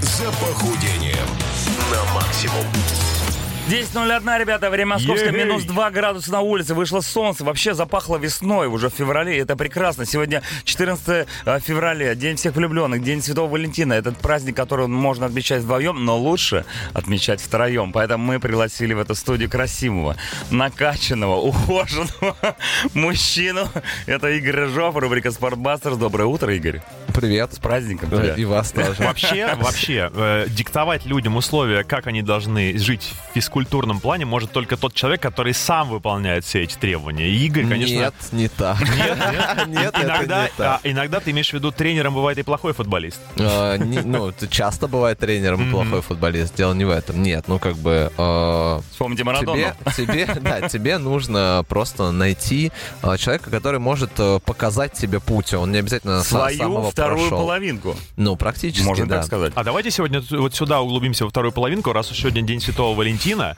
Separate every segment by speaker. Speaker 1: За похудением на максимум.
Speaker 2: 10.01, ребята, время московское,
Speaker 3: Е-эй.
Speaker 2: минус 2 градуса на улице, вышло солнце, вообще запахло весной уже в феврале, и это прекрасно. Сегодня 14 э, февраля, День всех влюбленных, День Святого Валентина, этот праздник, который можно отмечать вдвоем, но лучше отмечать втроем. Поэтому мы пригласили в эту студию красивого, накачанного, ухоженного мужчину. Это Игорь Рыжов, рубрика «Спортбастерс». Доброе утро, Игорь.
Speaker 4: Привет.
Speaker 2: С праздником тебя.
Speaker 4: Э, И вас тоже.
Speaker 3: Вообще, вообще, э, диктовать людям условия, как они должны жить в физкультурном плане, может только тот человек, который сам выполняет все эти требования. И Игорь, конечно...
Speaker 4: Нет, не так.
Speaker 3: Нет, нет.
Speaker 4: Нет, это
Speaker 3: иногда,
Speaker 4: не так.
Speaker 3: а, иногда ты имеешь в виду, тренером бывает и плохой футболист.
Speaker 4: Э, не- Ну, это часто бывает тренером и плохой футболист. Дело не в этом. Нет, ну как бы... э,
Speaker 2: Вспомните Марадону.
Speaker 4: Тебе, тебе, да, тебе нужно просто найти э, человека, который может э, показать тебе путь. Он не обязательно са-
Speaker 2: Свою
Speaker 4: самого
Speaker 2: вторую
Speaker 4: прошел.
Speaker 2: половинку,
Speaker 4: Ну, практически,
Speaker 2: можно
Speaker 4: да.
Speaker 2: так сказать.
Speaker 3: А давайте сегодня т- вот сюда углубимся во вторую половинку, раз уж сегодня День Святого Валентина.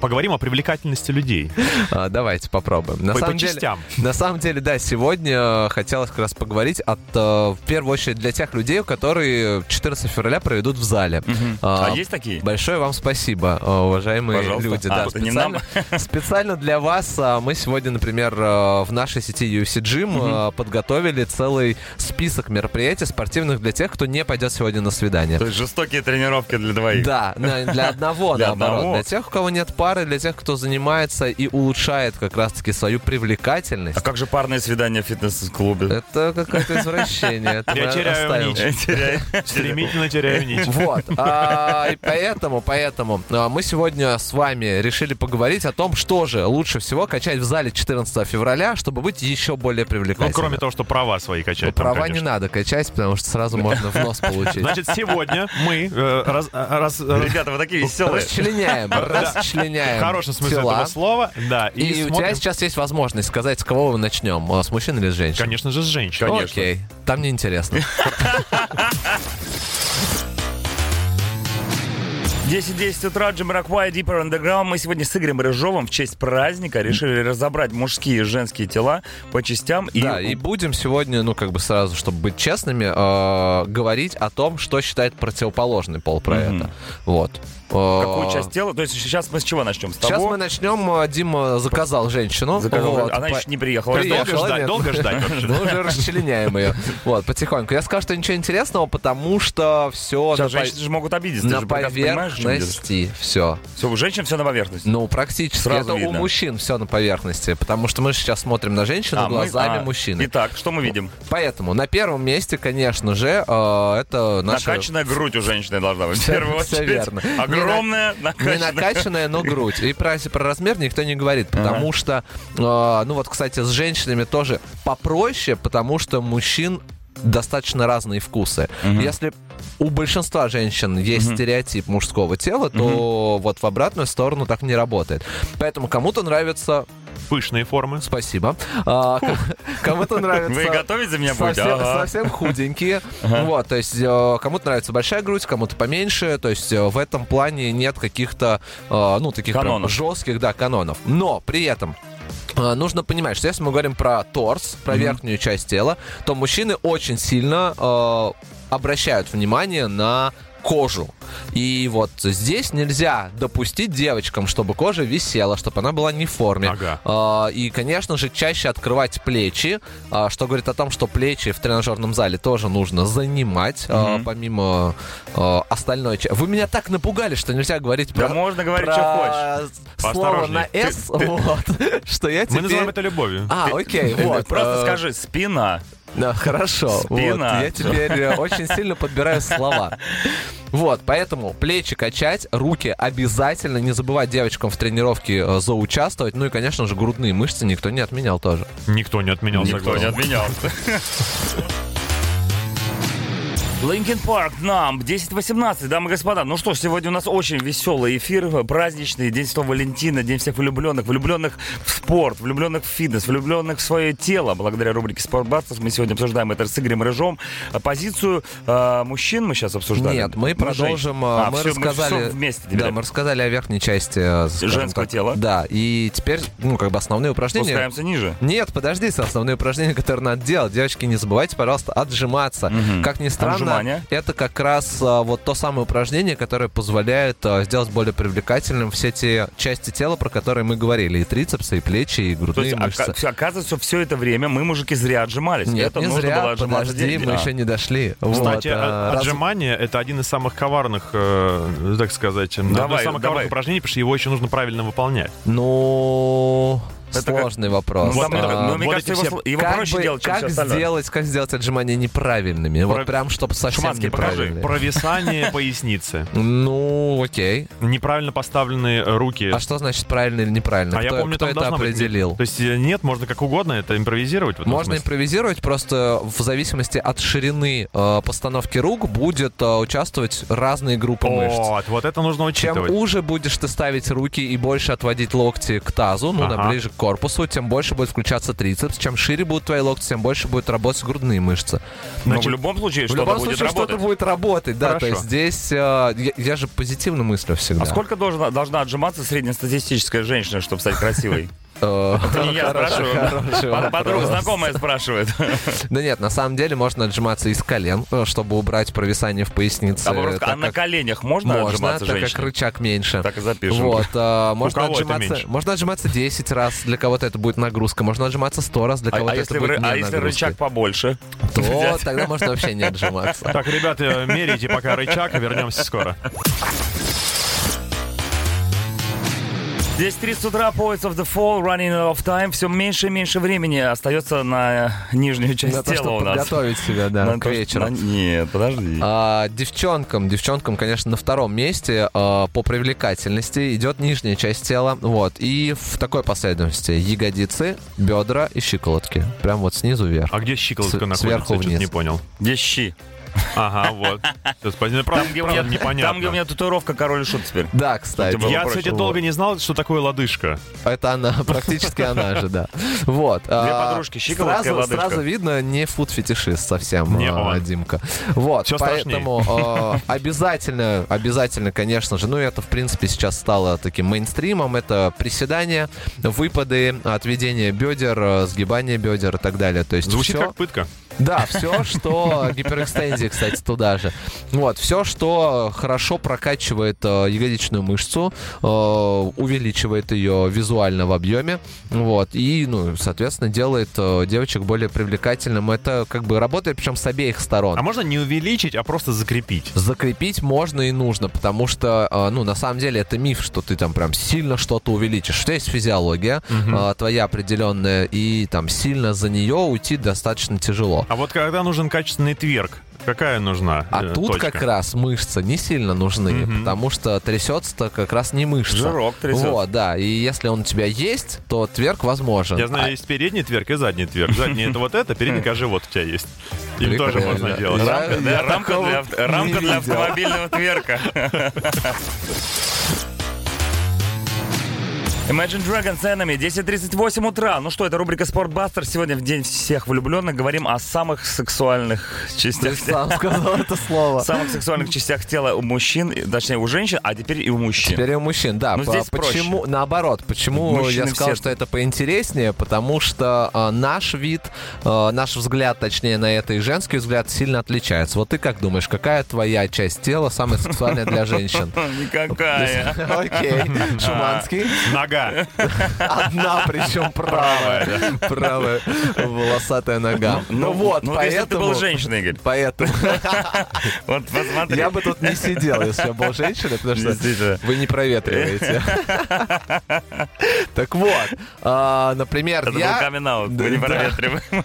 Speaker 3: Поговорим о привлекательности людей.
Speaker 4: А, Давайте попробуем. На
Speaker 3: По- по
Speaker 4: самом деле-
Speaker 3: частям.
Speaker 4: На самом деле, да, сегодня э, хотелось как раз поговорить от, э, в первую очередь для тех людей, которые 14 февраля проведут в зале.
Speaker 2: А
Speaker 4: А,
Speaker 2: есть такие?
Speaker 4: Большое вам спасибо, э, уважаемые
Speaker 2: Пожалуйста.
Speaker 4: люди.
Speaker 2: А,
Speaker 4: да,
Speaker 2: это не
Speaker 4: специально, специально для вас а, мы сегодня, например, э, в нашей сети UFC Gym э, подготовили целый список мероприятий спортивных для тех, кто не пойдет сегодня на свидание.
Speaker 2: То есть жестокие тренировки для двоих.
Speaker 4: Да, на- для одного,
Speaker 2: Для
Speaker 4: наоборот.
Speaker 2: одного.
Speaker 4: Для тех, у кого нет пары, для тех, кто занимается и улучшает как раз-таки свою привлекательность.
Speaker 2: А как же парное свидание в фитнес-клубе?
Speaker 4: Это какое-то извращение. Это
Speaker 3: Я
Speaker 4: мы
Speaker 3: теряю
Speaker 4: оставим.
Speaker 3: нить.
Speaker 2: Теряю.
Speaker 3: Стремительно теряю нить. Ну,
Speaker 4: Вот. А, и поэтому, поэтому а, мы сегодня с вами решили поговорить о том, что же лучше всего качать в зале 14 февраля, чтобы быть еще более
Speaker 3: Ну,
Speaker 4: привлекательным.
Speaker 3: кроме того, что права свои
Speaker 4: Ну,
Speaker 3: качать. там,
Speaker 4: права не
Speaker 3: конечно.
Speaker 4: надо качать, потому что сразу можно в нос получить.
Speaker 3: Значит, сегодня мы э, раз- э, раз- э,
Speaker 2: Ребята, вы такие веселые.
Speaker 4: Расчленяем, расчленяем
Speaker 3: в хорошем смысле
Speaker 4: тела.
Speaker 3: этого слова, да, и,
Speaker 4: И у тебя
Speaker 3: смотрим,
Speaker 4: сейчас есть возможность сказать, с кого мы начнем, а, с мужчин или с женщин?
Speaker 3: конечно же, с женщиной.
Speaker 2: Конечно.
Speaker 4: Окей, там неинтересно.
Speaker 2: 10.10 утра, Джим Роквай, Deeper Underground. Мы сегодня с Игорем Рыжовым в честь праздника решили разобрать мужские и женские тела по частям. И...
Speaker 4: Да, и будем сегодня, ну, как бы сразу, чтобы быть честными, э, говорить о том, что считает противоположный пол про
Speaker 2: Мгм.
Speaker 4: это. Вот. Э,
Speaker 2: Какую часть тела? То есть сейчас мы с чего начнем? С
Speaker 4: Сейчас
Speaker 2: того?
Speaker 4: мы начнем. э, Дима заказал женщину.
Speaker 2: Заказал-
Speaker 4: Вот,
Speaker 2: Она
Speaker 4: по-
Speaker 2: еще не приехала.
Speaker 4: При-
Speaker 3: Долго
Speaker 4: Приехала,
Speaker 3: ждать,
Speaker 4: нет?
Speaker 3: долго ждать вообще.
Speaker 4: Мы уже расчленяем ее. Вот, потихоньку. Я скажу, что ничего интересного, потому что все
Speaker 2: Сейчас женщины же могут обидеться.
Speaker 4: на
Speaker 2: ты же прекрасно понимаешь, в чем дело.
Speaker 4: поверхности. Все.
Speaker 2: Все, у женщин все на поверхности.
Speaker 4: Ну, практически.
Speaker 2: Сразу
Speaker 4: это у
Speaker 2: видно.
Speaker 4: мужчин все на поверхности. Потому что мы же сейчас смотрим на женщину
Speaker 2: А мы-
Speaker 4: глазами
Speaker 2: а,
Speaker 4: мужчины.
Speaker 2: Итак, что мы видим?
Speaker 4: Поэтому на первом месте, конечно же, э, это наша...
Speaker 2: Накачанная грудь у женщины должна быть. В
Speaker 4: Всё-
Speaker 2: первую
Speaker 4: всё
Speaker 2: очередь.
Speaker 4: верно. Не на-
Speaker 2: Огромная
Speaker 4: Не
Speaker 2: накачанная.
Speaker 4: накачанная, но грудь. И про, про размер никто не говорит, потому что, э, ну вот, кстати, с женщинами тоже попроще, потому что мужчин достаточно разные вкусы. Если у большинства женщин есть стереотип мужского тела, то вот в обратную сторону так не работает. Поэтому кому-то нравится,
Speaker 3: Пышные формы.
Speaker 4: спасибо, а, кому-то нравится
Speaker 2: Вы готовить за меня будете?
Speaker 4: совсем,
Speaker 2: Ага.
Speaker 4: совсем худенькие. Вот, то есть э, кому-то нравится большая грудь, кому-то поменьше. То есть э, в этом плане нет каких-то, э, ну, таких прям
Speaker 2: Канонов.
Speaker 4: жестких, да, канонов. Но при этом э, Нужно понимать, что если мы говорим про торс, про верхнюю часть тела, то мужчины очень сильно э, обращают внимание на кожу. И вот здесь нельзя допустить девочкам, чтобы кожа висела, чтобы она была не в форме.
Speaker 3: Ага.
Speaker 4: А, И, конечно же, чаще открывать плечи, а, что говорит о том, что плечи в тренажерном зале тоже нужно занимать, а, помимо а, остальной части. Вы меня так напугали, что нельзя говорить
Speaker 2: Да
Speaker 4: про...
Speaker 2: можно говорить,
Speaker 4: про
Speaker 2: что хочешь.
Speaker 4: Слово
Speaker 3: Поосторожней.
Speaker 4: на
Speaker 3: Ты-
Speaker 4: «с», вот, что я
Speaker 3: Мы называем
Speaker 4: теперь...
Speaker 3: это любовью.
Speaker 4: А, окей,
Speaker 2: Ты
Speaker 4: вот.
Speaker 2: Просто
Speaker 4: э,
Speaker 2: скажи, спина.
Speaker 4: да, хорошо.
Speaker 2: Спина.
Speaker 4: Вот, я теперь э, очень сильно подбираю слова. Вот, поэтому плечи качать, руки обязательно, не забывать девочкам в тренировке э, заучаствовать. Ну и, конечно же, грудные мышцы никто не отменял тоже.
Speaker 3: Никто не отменял,
Speaker 2: Никто не
Speaker 3: согласен.
Speaker 2: отменял. Линкин Парк, нам 10.18, дамы и господа. Ну что, ж, сегодня у нас очень веселый эфир, праздничный, День Святого Валентина, День всех влюбленных, влюбленных в спорт, влюбленных в фитнес, влюбленных в свое тело. Благодаря рубрике «Спортбастерс» мы сегодня обсуждаем это с Игорем Рыжом. А Позицию э, мужчин мы сейчас обсуждали.
Speaker 4: Нет, мы продолжим. э,
Speaker 2: А,
Speaker 4: мы
Speaker 2: всё, мы
Speaker 4: рассказали,
Speaker 2: всё вместе
Speaker 4: да,
Speaker 2: теперь.
Speaker 4: мы рассказали о верхней части э, скажем
Speaker 2: Женского
Speaker 4: так.
Speaker 2: тела.
Speaker 4: Да, и теперь, ну, как бы основные упражнения.
Speaker 2: Спускаемся ниже.
Speaker 4: Нет, подождите, основные упражнения, которые надо делать. Девочки, не забывайте, пожалуйста, отжиматься. Как ни странно,
Speaker 2: внимание.
Speaker 4: это как раз а, вот то самое упражнение, которое позволяет а, сделать более привлекательным все те части тела, про которые мы говорили, и трицепсы, и плечи, и
Speaker 2: То
Speaker 4: грудные
Speaker 2: есть, а
Speaker 4: мышцы.
Speaker 2: ока- оказывается, все это время мы, мужики, зря отжимались.
Speaker 4: Нет,
Speaker 2: это
Speaker 4: не
Speaker 2: нужно было
Speaker 4: зря,
Speaker 2: отжиматься.
Speaker 4: подожди,
Speaker 2: день-
Speaker 4: мы
Speaker 2: а.
Speaker 4: еще не дошли.
Speaker 3: Кстати,
Speaker 4: Вот, а,
Speaker 3: о-
Speaker 4: раз-
Speaker 3: отжимание это один из самых коварных, э, так сказать, одно из
Speaker 2: Давай,
Speaker 3: самых
Speaker 2: давай.
Speaker 3: коварных упражнений, потому что его еще нужно правильно выполнять.
Speaker 4: Ну,
Speaker 2: Это как-
Speaker 4: сложный
Speaker 2: Ну,
Speaker 4: вопрос.
Speaker 2: там,
Speaker 4: А,
Speaker 2: ну, мне
Speaker 3: вот
Speaker 2: кажется,
Speaker 3: эти
Speaker 2: его,
Speaker 3: все-
Speaker 2: сл- его
Speaker 4: как
Speaker 2: проще
Speaker 4: бы-
Speaker 2: делать, чем
Speaker 4: как
Speaker 2: все остальное.
Speaker 4: сделать, как сделать отжимания неправильными?
Speaker 3: Про-
Speaker 4: Вот прям, чтобы совсем
Speaker 2: Шуманский, покажи.
Speaker 4: неправильные.
Speaker 3: Провисание поясницы,
Speaker 4: Ну, окей.
Speaker 3: неправильно поставленные э, руки.
Speaker 4: А что значит правильно или неправильно?
Speaker 3: А я
Speaker 4: Кто-
Speaker 3: помню,
Speaker 4: кто
Speaker 3: там
Speaker 4: это
Speaker 3: должна быть-
Speaker 4: определил?
Speaker 3: То есть э, нет, можно как угодно это импровизировать. в этом
Speaker 4: Можно
Speaker 3: смысле.
Speaker 4: импровизировать, просто в зависимости от ширины э, постановки рук будет э, участвовать разные группы мышц.
Speaker 3: Вот, вот это нужно
Speaker 4: Чем
Speaker 3: учитывать.
Speaker 4: уже будешь ты ставить руки и больше отводить локти к тазу, ну, на
Speaker 3: Ага.
Speaker 4: ближе к корпусу, тем больше будет включаться трицепс. Чем шире будут твои локти, тем больше будет работать грудные мышцы.
Speaker 2: Но в
Speaker 3: Значит,
Speaker 2: любом случае
Speaker 4: В
Speaker 2: что-то
Speaker 4: любом
Speaker 2: будет
Speaker 4: случае,
Speaker 2: работать.
Speaker 4: что-то будет работать, да.
Speaker 3: Хорошо.
Speaker 4: То есть здесь э, я, я же позитивно мыслю всегда.
Speaker 2: А сколько должна, должна отжиматься среднестатистическая женщина, чтобы стать красивой?
Speaker 4: Э,
Speaker 2: Это не я
Speaker 4: хороший-
Speaker 2: спрашиваю.
Speaker 4: хороший
Speaker 2: Под- Подруга
Speaker 4: вопрос. Э,
Speaker 2: знакомая спрашивает.
Speaker 4: Да нет, на самом деле можно отжиматься из колен, э, чтобы убрать провисание в пояснице.
Speaker 2: А вопрос,
Speaker 4: так
Speaker 2: а на
Speaker 4: как
Speaker 2: коленях можно
Speaker 4: можно,
Speaker 2: отжиматься
Speaker 4: так как
Speaker 2: женщине?
Speaker 4: рычаг меньше.
Speaker 2: Так и запишем.
Speaker 4: Вот, а, можно,
Speaker 3: кого это
Speaker 4: отжиматься,
Speaker 3: меньше?
Speaker 4: можно отжиматься 10 раз, для кого-то это будет нагрузка, можно отжиматься 100 раз, для
Speaker 2: А,
Speaker 4: кого-то
Speaker 2: а
Speaker 4: это
Speaker 2: если, ры-
Speaker 4: будет не
Speaker 2: а если
Speaker 4: нагрузкой.
Speaker 2: рычаг побольше?
Speaker 4: то тогда можно вообще не отжиматься.
Speaker 3: Так, ребята, мерите пока рычаг, и вернемся скоро.
Speaker 2: 10.30 утра, Poets of the Fall, Running Out of Time. Все меньше и меньше времени остается на э, нижнюю часть
Speaker 4: Для того,
Speaker 2: тела
Speaker 4: чтобы
Speaker 2: у нас.
Speaker 4: подготовить себя, да,
Speaker 2: На
Speaker 4: к
Speaker 2: то, что-
Speaker 4: вечеру.
Speaker 2: на- Нет, подожди.
Speaker 4: А, девчонкам, девчонкам, конечно, на втором месте а, по привлекательности идет нижняя часть тела, вот, и в такой последовательности ягодицы, бедра и щиколотки, прям вот снизу вверх.
Speaker 3: А где щиколотка
Speaker 4: С-
Speaker 3: находится?
Speaker 4: сверху
Speaker 3: Я что-то не
Speaker 4: вниз.
Speaker 3: понял.
Speaker 2: Где щи?
Speaker 3: Ага, вот. Сейчас, правда, правда, непонятно.
Speaker 2: там, где у меня татуировка король и шут теперь.
Speaker 4: Да, кстати,
Speaker 2: было
Speaker 3: Я,
Speaker 2: проще,
Speaker 3: кстати,
Speaker 2: вот.
Speaker 3: долго не знал, что такое лодыжка.
Speaker 4: это она, практически она же, да. Вот. Две
Speaker 2: подружки, щиколотка и лодыжка.
Speaker 4: Сразу видно, не фуд-фетишист совсем,
Speaker 3: Не
Speaker 4: а,
Speaker 3: он.
Speaker 4: Димка. Вот,
Speaker 3: Всё
Speaker 4: поэтому а, обязательно, обязательно, конечно же, ну это, в принципе, сейчас стало таким мейнстримом, это приседания, выпады, отведение бедер, э, сгибание бедер и так далее. То есть
Speaker 3: Звучит
Speaker 4: всё-
Speaker 3: как пытка.
Speaker 4: да, все, что гиперэкстензия, кстати, туда же. Вот, все, что хорошо прокачивает э, ягодичную мышцу, э, увеличивает ее визуально в объеме, вот, и, ну, соответственно, делает э, девочек более привлекательным. Это как бы работает, причем с обеих сторон.
Speaker 3: А можно не увеличить, а просто закрепить.
Speaker 4: Закрепить можно и нужно, потому что, э, ну, на самом деле это миф, что ты там прям сильно что-то увеличишь. У тебя есть физиология э, твоя определенная, и там сильно за нее уйти достаточно тяжело.
Speaker 3: А вот когда нужен качественный тверк, какая нужна?
Speaker 4: А
Speaker 3: э,
Speaker 4: тут
Speaker 3: точка?
Speaker 4: как раз мышцы не сильно нужны,
Speaker 3: Мгм.
Speaker 4: потому что трясется-то как раз не мышца.
Speaker 2: Жирок трясется.
Speaker 4: Вот, да. И если он у тебя есть, то тверк возможен.
Speaker 3: Я знаю,
Speaker 4: А-
Speaker 3: есть передний тверк и задний тверк. Задний это вот это, передний кажи вот у тебя есть. Им
Speaker 4: Прикольно.
Speaker 3: тоже можно делать.
Speaker 4: Я-
Speaker 2: Рамка, да,
Speaker 4: я
Speaker 2: рамка для,
Speaker 4: такого
Speaker 2: авто- рамка
Speaker 4: не
Speaker 2: для
Speaker 4: видел.
Speaker 2: автомобильного тверка. Imagine Dragons Enemy, 10.38 утра. Ну что, это рубрика Спортбастер. Сегодня в День всех влюбленных говорим о самых сексуальных
Speaker 4: Ты
Speaker 2: частях тела.
Speaker 4: сам сказал это слово.
Speaker 2: Самых сексуальных частях тела у мужчин, и- точнее у женщин, а теперь и у мужчин.
Speaker 4: Теперь и у мужчин, да.
Speaker 2: Ну,
Speaker 4: По-
Speaker 2: здесь
Speaker 4: почему,
Speaker 2: проще.
Speaker 4: наоборот, почему
Speaker 2: Мужчины
Speaker 4: я сказал,
Speaker 2: все-
Speaker 4: что это поинтереснее? Потому что э, наш вид, э, наш взгляд, точнее, на это и женский взгляд сильно отличается. Вот ты как думаешь, какая твоя часть тела самая сексуальная для женщин?
Speaker 2: Никакая.
Speaker 4: Окей,
Speaker 2: А,
Speaker 4: Шуманский.
Speaker 3: Нога. А
Speaker 4: Одна, причем правая. Правая волосатая нога. Ну вот,
Speaker 2: ну, если бы ты
Speaker 4: поэтому...
Speaker 2: был женщиной, Игорь.
Speaker 4: Поэтому
Speaker 2: Вот посмотри.
Speaker 4: я бы тут не сидел, если я был женщиной, потому что
Speaker 2: Действительно.
Speaker 4: вы не проветриваете. Так вот, а, например,
Speaker 2: Это был
Speaker 4: я,
Speaker 2: камин-аут, мы
Speaker 4: Да,
Speaker 2: не
Speaker 4: да.
Speaker 2: проветриваем.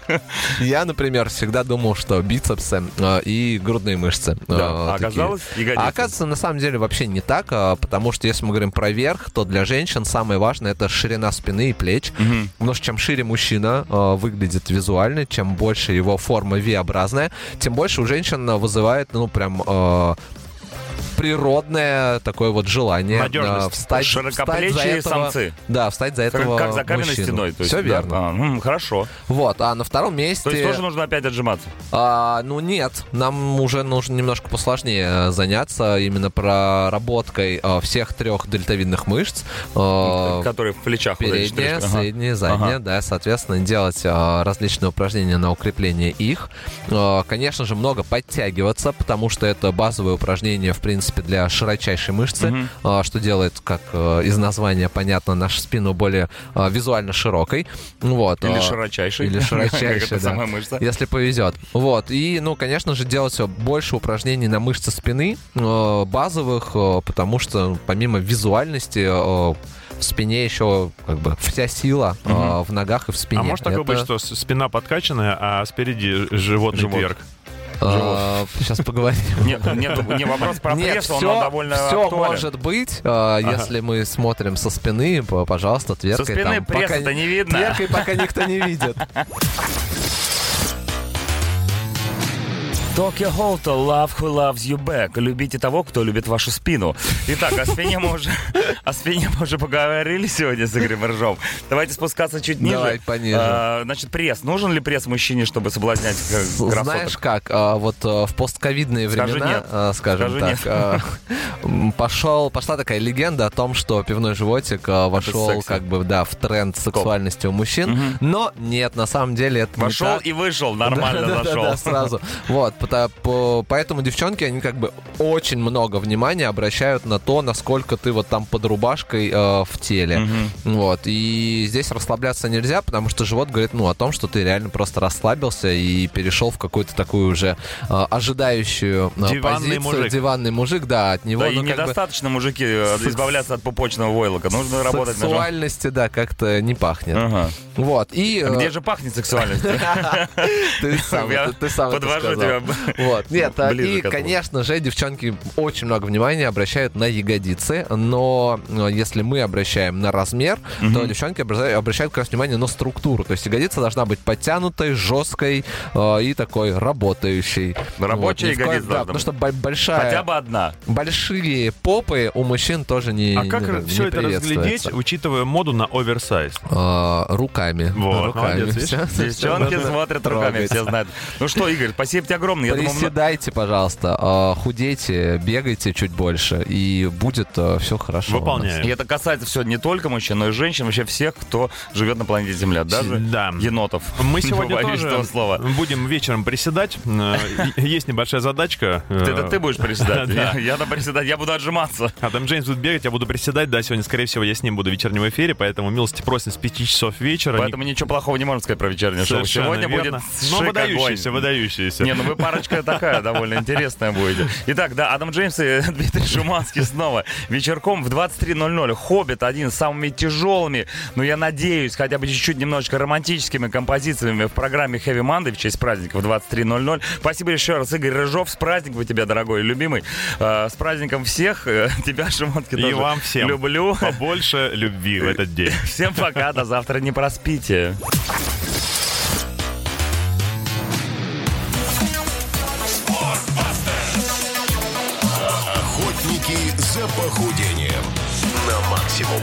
Speaker 4: я, например, всегда думал, что бицепсы э, и грудные мышцы. э,
Speaker 2: Да, а
Speaker 4: такие.
Speaker 2: оказалось, ягодицы.
Speaker 4: А оказывается, на самом деле вообще не так, а, потому что если мы говорим про верх, то для женщин самое важное это ширина спины и плеч. Потому что чем шире мужчина а, выглядит визуально, чем больше его форма V-образная, тем больше у женщин а, вызывает, ну, прям а, природное такое вот желание
Speaker 3: Надежность.
Speaker 4: э, встать,
Speaker 2: Широкоплечие
Speaker 4: встать за этого,
Speaker 2: самцы.
Speaker 4: Да, встать за этого
Speaker 2: Как за каменной
Speaker 4: мужчину.
Speaker 2: стеной. то есть,
Speaker 4: Все
Speaker 2: да.
Speaker 4: верно.
Speaker 2: А, м, хорошо.
Speaker 4: Вот, а на втором месте...
Speaker 2: То есть тоже нужно опять отжиматься.
Speaker 4: А, ну нет, нам уже нужно немножко посложнее э, заняться именно проработкой э, всех трех дельтовидных мышц. э,
Speaker 2: Которые в плечах. вот эти
Speaker 4: Передняя,
Speaker 2: четырежки. Ага.
Speaker 4: средняя, задняя, да, соответственно, делать э, различные упражнения на укрепление их. Э, Конечно же, много подтягиваться, потому что это базовое упражнение, в принципе, для широчайшей мышцы, э, что делает, как э, из названия понятно, нашу спину более э, визуально широкой. Вот,
Speaker 2: Или
Speaker 4: э,
Speaker 2: широчайший.
Speaker 4: или широчайший,
Speaker 2: Как это
Speaker 4: да.
Speaker 2: самая мышца.
Speaker 4: Если повезет. Вот. И, ну, конечно же, делать всё больше упражнений на мышцы спины э, базовых, э, потому что помимо визуальности э, в спине еще как бы вся сила э, в ногах и в спине.
Speaker 3: А может такое
Speaker 4: Это,
Speaker 3: быть, что с- спина подкачанная, а спереди животный
Speaker 2: Живот.
Speaker 3: тверк?
Speaker 4: э, Сейчас поговорим.
Speaker 2: Нет, нет, не вопрос про
Speaker 4: Нет,
Speaker 2: пресс, он
Speaker 4: всё-
Speaker 2: довольно
Speaker 4: всё
Speaker 2: актуален.
Speaker 4: может быть, э, если мы смотрим со спины, п- пожалуйста,
Speaker 2: Со
Speaker 4: тверкой
Speaker 2: спины
Speaker 4: там пока
Speaker 2: пресса-то
Speaker 4: не-
Speaker 2: не видно.
Speaker 4: Тверкой пока никто не видит.
Speaker 2: Tokyo Hotel, love who loves you back. Любите того, кто любит вашу спину. Итак, о спине мы уже, о спине мы уже поговорили сегодня с Игорем Ржом. Давайте спускаться чуть ниже.
Speaker 4: Давай пониже.
Speaker 2: А, значит, пресс. Нужен ли пресс мужчине, чтобы соблазнять э, красоток?
Speaker 4: Знаешь как, а, вот а, в постковидные
Speaker 2: Скажи
Speaker 4: времена,
Speaker 2: нет.
Speaker 4: а, скажем
Speaker 2: Скажи нет.
Speaker 4: так, а, м, пошел, пошла такая легенда о том, что пивной животик а, вошел
Speaker 2: секси.
Speaker 4: как бы, да, в тренд сексуальности у мужчин, но нет, на самом деле это не
Speaker 2: Вошел
Speaker 4: так.
Speaker 2: и вышел, нормально
Speaker 4: Да, да,
Speaker 2: зашел.
Speaker 4: Да, да, сразу. Вот, пота- по- поэтому девчонки, они как бы очень много внимания обращают на то, насколько ты вот там под рубашкой э, в теле. Вот, и здесь расслабляться нельзя, потому что живот говорит, ну, о том, что ты реально просто расслабился и перешел в какую-то такую уже э, ожидающую э,
Speaker 3: Диванный
Speaker 4: позицию.
Speaker 3: мужик.
Speaker 4: Диванный мужик, да, от него,
Speaker 2: Да, и
Speaker 4: ну, как бы
Speaker 2: недостаточно, мужики, э,
Speaker 4: секс-
Speaker 2: избавляться от пупочного войлока. Нужно работать над жен-
Speaker 4: сексуальности, да, как-то не пахнет.
Speaker 2: Ага.
Speaker 4: Вот, и...
Speaker 2: А
Speaker 4: э,
Speaker 2: Где же пахнет сексуальность?
Speaker 4: Ты сам,
Speaker 2: Я
Speaker 4: это- ты сам это
Speaker 2: подвожу
Speaker 4: сказал.
Speaker 2: тебя
Speaker 4: Вот. Нет, а,
Speaker 2: ближе
Speaker 4: и,
Speaker 2: к этому.
Speaker 4: конечно же, девчонки очень много внимания обращают на ягодицы, но э, если мы обращаем на размер, то девчонки обра- обращают как раз внимание на структуру. То есть ягодица должна быть подтянутой, жесткой э, и такой работающей.
Speaker 2: Рабочая
Speaker 4: ни в коем-
Speaker 2: ягодица
Speaker 4: Да,
Speaker 2: должна
Speaker 4: потому
Speaker 2: быть.
Speaker 4: что бо- большая...
Speaker 2: Хотя бы одна.
Speaker 4: Большие попы у мужчин тоже не
Speaker 3: А как
Speaker 4: не- не
Speaker 3: все это
Speaker 4: приветствуется.
Speaker 3: разглядеть, учитывая моду на оверсайз?
Speaker 4: Э, руками.
Speaker 3: Вот,
Speaker 4: руками.
Speaker 3: молодец, видишь?
Speaker 4: Всё- всё
Speaker 2: Девчонки
Speaker 4: нужно
Speaker 2: смотрят руками,
Speaker 4: трогать.
Speaker 2: все знают. Ну что, Игорь, спасибо тебе огромное. Я думаю, мы-
Speaker 4: Приседайте, пожалуйста, э, худейте, бегайте чуть больше, и будет все хорошо. у нас.
Speaker 2: И
Speaker 3: Выполняем.
Speaker 2: это касается все не только мужчин, но и женщин, вообще всех, кто живет на планете Земля, даже
Speaker 3: Да.
Speaker 2: енотов.
Speaker 3: Мы
Speaker 2: Не
Speaker 3: сегодня
Speaker 2: побоюсь
Speaker 3: тоже Э,
Speaker 2: этого слова.
Speaker 3: будем вечером приседать. Э, и- Есть небольшая задачка.
Speaker 2: Ты- Это ты будешь приседать.
Speaker 3: Да.
Speaker 2: Я- Я-то приседать, я буду отжиматься.
Speaker 3: Адам Джеймс будет бегать, я буду приседать. Да, сегодня, скорее всего, я с ним буду в вечернем эфире, поэтому милости просим с 5 часов вечера.
Speaker 2: Поэтому ничего плохого не можно сказать про вечернее шоу.
Speaker 3: Совершенно
Speaker 2: Сегодня будет
Speaker 3: верно.
Speaker 2: шик
Speaker 3: Но
Speaker 2: огонь.
Speaker 3: выдающиеся, выдающиеся.
Speaker 2: Не, ну вы парочка такая довольно интересная будете. Итак, да, Адам Джеймс и Дмитрий Шуманский снова вечерком в 23.00. «Хоббит» один из самыми тяжелыми, но я надеюсь, хотя бы чуть-чуть немножечко романтическими композициями в программе Heavy Monday в честь праздника в 23.00. Спасибо еще раз, Игорь Рыжов. С праздником тебя, дорогой и любимый. Э, С праздником всех. Э, Тебя, Шуманский,
Speaker 3: И
Speaker 2: тоже
Speaker 3: вам всем.
Speaker 2: люблю.
Speaker 3: Побольше любви в этот день.
Speaker 2: Всем пока, до завтра не проспите.
Speaker 1: Охотники за похудением на максимум.